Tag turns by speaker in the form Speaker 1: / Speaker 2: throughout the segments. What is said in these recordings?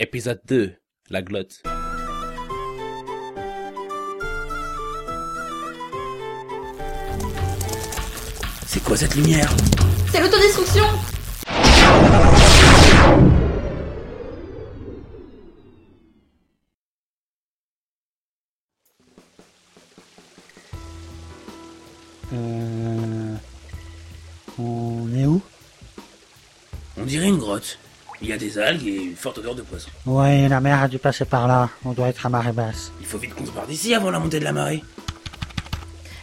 Speaker 1: Épisode 2. La glotte. C'est quoi cette lumière
Speaker 2: C'est l'autodestruction
Speaker 3: Euh... On est où
Speaker 1: On dirait une grotte. Il y a des algues et une forte odeur de poisson.
Speaker 3: Ouais, la mer a dû passer par là. On doit être à marée basse.
Speaker 1: Il faut vite qu'on se parte d'ici avant la montée de la marée.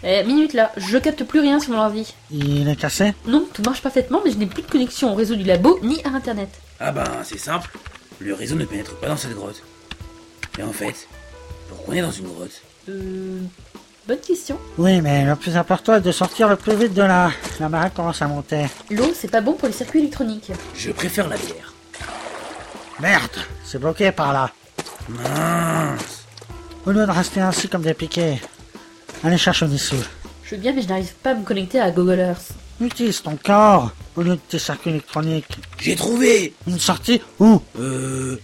Speaker 2: Eh, minute là, je capte plus rien sur mon ordi.
Speaker 3: Il est cassé
Speaker 2: Non, tout marche parfaitement, mais je n'ai plus de connexion au réseau du labo ni à internet.
Speaker 1: Ah ben, c'est simple. Le réseau ne pénètre pas dans cette grotte. Et en fait, pourquoi on est dans une grotte
Speaker 2: Euh. Bonne question.
Speaker 3: Oui, mais le plus important est de sortir le plus vite de là. La marée commence à monter.
Speaker 2: L'eau, c'est pas bon pour les circuits électroniques.
Speaker 1: Je préfère la bière.
Speaker 3: Merde C'est bloqué par là.
Speaker 1: Mince
Speaker 3: Au lieu de rester ainsi comme des piquets, allez chercher dessous.
Speaker 2: Je veux bien, mais je n'arrive pas à me connecter à Google Earth.
Speaker 3: Utilise ton corps au lieu de tes circuits électroniques.
Speaker 1: J'ai trouvé
Speaker 3: Une sortie où
Speaker 1: Euh...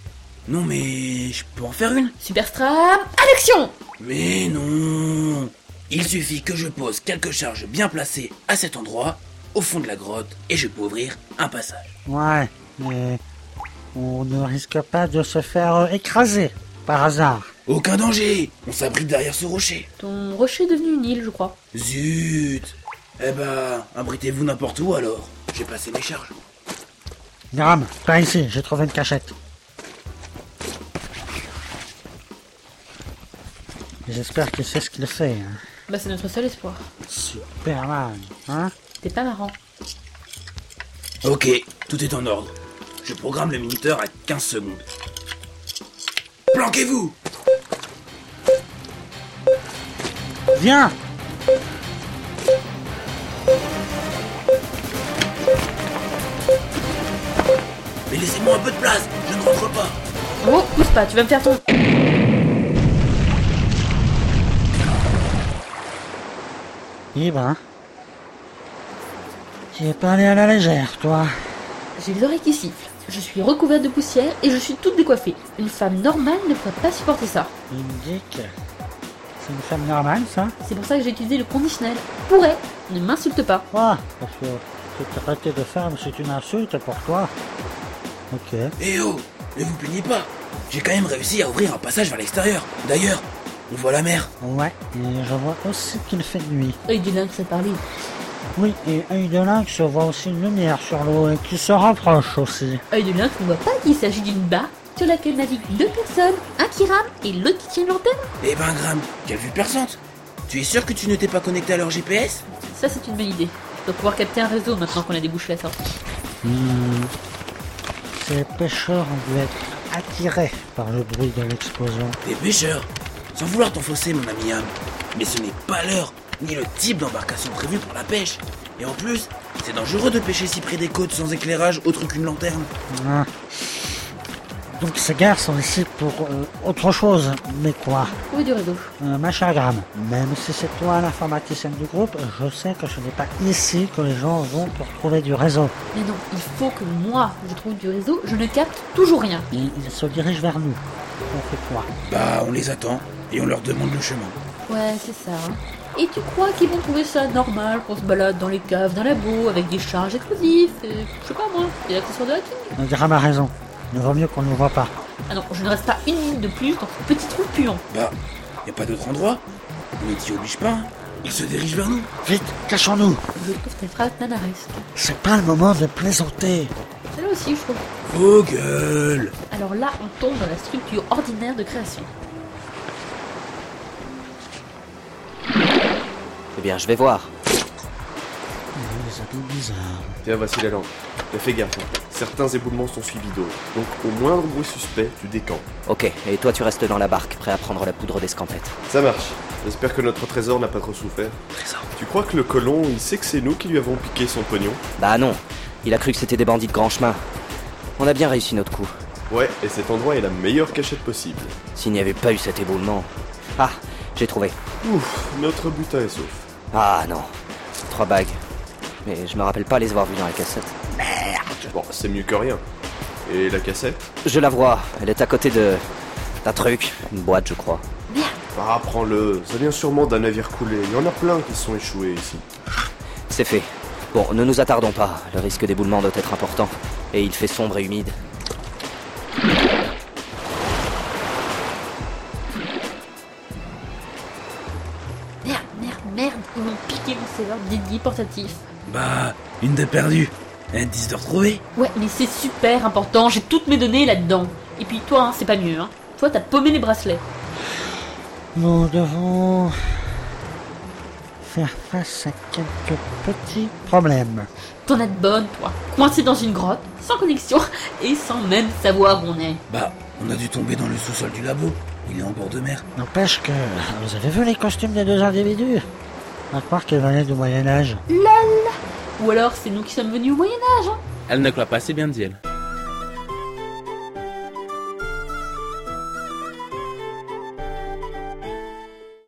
Speaker 1: Non mais... Je peux en faire une
Speaker 2: Superstram, à l'action
Speaker 1: Mais non Il suffit que je pose quelques charges bien placées à cet endroit, au fond de la grotte, et je peux ouvrir un passage.
Speaker 3: Ouais, mais on ne risque pas de se faire euh, écraser par hasard.
Speaker 1: Aucun danger On s'abrite derrière ce rocher.
Speaker 2: Ton rocher est devenu une île, je crois.
Speaker 1: Zut Eh ben, abritez-vous n'importe où alors. J'ai passé mes charges.
Speaker 3: Gram, par ici, j'ai trouvé une cachette. J'espère que c'est ce qu'il fait. Hein.
Speaker 2: Bah, c'est notre seul espoir.
Speaker 3: Superman, hein
Speaker 2: T'es pas marrant.
Speaker 1: Ok, tout est en ordre. Je programme le minuteur à 15 secondes. Planquez-vous
Speaker 3: Viens
Speaker 1: Mais laissez-moi un peu de place, je ne rentre pas
Speaker 2: Oh, pousse pas, tu vas me faire ton.
Speaker 3: Eh ben... Tu es pas allé à la légère, toi.
Speaker 2: J'ai les oreilles qui sifflent. Je suis recouverte de poussière et je suis toute décoiffée. Une femme normale ne pourrait pas supporter ça.
Speaker 3: Il me dit que... C'est une femme normale, ça
Speaker 2: C'est pour ça que j'ai utilisé le conditionnel. Pourrait. Ne m'insulte pas.
Speaker 3: Quoi Parce que cette raté de femme, c'est une insulte pour toi. Ok.
Speaker 1: Eh oh Ne vous plaignez pas J'ai quand même réussi à ouvrir un passage vers l'extérieur. D'ailleurs, on voit la mer.
Speaker 3: Ouais, et je vois aussi qu'il fait nuit.
Speaker 2: Œil du lynx a parlé.
Speaker 3: Oui, et œil de lynx voit aussi une lumière sur l'eau et qui se rapproche aussi.
Speaker 2: Œil de lynx ne voit pas qu'il s'agit d'une barre sur laquelle naviguent deux personnes, un qui rame et l'autre qui tient une lanterne.
Speaker 1: Eh ben Graham, quelle vue perçante Tu es sûr que tu ne t'es pas connecté à leur GPS
Speaker 2: Ça, c'est une bonne idée. On dois pouvoir capter un réseau maintenant qu'on a débouché la sortie.
Speaker 3: Hmm. Ces pêcheurs ont dû être attirés par le bruit de l'explosion.
Speaker 1: Des pêcheurs Sans vouloir t'enfoncer mon ami Ham, mais ce n'est pas l'heure, ni le type d'embarcation prévue pour la pêche. Et en plus, c'est dangereux de pêcher si près des côtes sans éclairage autre qu'une lanterne.
Speaker 3: Ah. Donc ces gars sont ici pour euh, autre chose, mais quoi
Speaker 2: Oui, du réseau.
Speaker 3: Euh, Ma chère Graham, même si c'est toi l'informaticienne du groupe, je sais que ce n'est pas ici que les gens vont pour trouver du réseau.
Speaker 2: Mais non, il faut que moi, je trouve du réseau. Je ne capte toujours rien.
Speaker 3: Ils, ils se dirigent vers nous. On fait quoi
Speaker 1: Bah, on les attend et on leur demande le chemin.
Speaker 2: Ouais, c'est ça. hein. Et tu crois qu'ils vont trouver ça normal qu'on se balade dans les caves d'un labo avec des charges explosives et, Je sais pas moi, des accessoires de hacking
Speaker 3: Euh, Graham a raison. Il vaut mieux qu'on ne voit pas.
Speaker 2: Ah non, je ne reste pas une minute de plus dans ce petit trou puant.
Speaker 1: Bah, y a pas d'autre endroit Mais t'y oblige pas, hein. Ils se dirigent vers nous.
Speaker 3: Vite, cachons-nous
Speaker 2: Je trouve tes phrases nanaresques.
Speaker 3: C'est pas le moment de plaisanter.
Speaker 2: Celle-là aussi, je trouve.
Speaker 1: Oh gueule
Speaker 2: Alors là, on tombe dans la structure ordinaire de création.
Speaker 4: Eh bien, je vais voir.
Speaker 3: Les habits bizarres.
Speaker 5: Tiens, voici la langue. Mais fais gaffe, hein. certains éboulements sont suivis d'autres. Donc, au moindre bruit suspect, tu décampes.
Speaker 4: Ok, et toi tu restes dans la barque, prêt à prendre la poudre d'escampette.
Speaker 5: Ça marche. J'espère que notre trésor n'a pas trop souffert.
Speaker 1: Trésor.
Speaker 5: Tu crois que le colon, il sait que c'est nous qui lui avons piqué son pognon
Speaker 4: Bah non, il a cru que c'était des bandits de grand chemin. On a bien réussi notre coup.
Speaker 5: Ouais, et cet endroit est la meilleure cachette possible.
Speaker 4: S'il n'y avait pas eu cet éboulement. Ah, j'ai trouvé.
Speaker 5: Ouf, notre butin est sauf.
Speaker 4: Ah non, trois bagues. Mais je me rappelle pas les avoir vues dans la cassette.
Speaker 5: Bon, c'est mieux que rien. Et la cassette
Speaker 4: Je la vois, elle est à côté de. d'un truc, une boîte, je crois.
Speaker 5: Bah, prends-le. Ça vient sûrement d'un navire coulé. Il y en a plein qui sont échoués ici.
Speaker 4: C'est fait. Bon, ne nous attardons pas, le risque d'éboulement doit être important. Et il fait sombre et humide.
Speaker 2: Merde, merde, merde, ils m'ont piqué mon serveur Didi portatif.
Speaker 1: Bah, une de perdue. Indice de retrouver
Speaker 2: Ouais, mais c'est super important, j'ai toutes mes données là-dedans. Et puis toi, hein, c'est pas mieux, hein. Toi, t'as paumé les bracelets.
Speaker 3: Nous devons faire face à quelques petits problèmes.
Speaker 2: T'en as de bonnes, toi. Coincé dans une grotte, sans connexion, et sans même savoir où on est.
Speaker 1: Bah, on a dû tomber dans le sous-sol du labo. Il est en bord de mer.
Speaker 3: N'empêche que vous avez vu les costumes des deux individus À croire qu'ils venaient du Moyen Âge.
Speaker 2: Ou alors, c'est nous qui sommes venus au Moyen-Âge, hein.
Speaker 1: Elle ne croit pas si bien dit elle.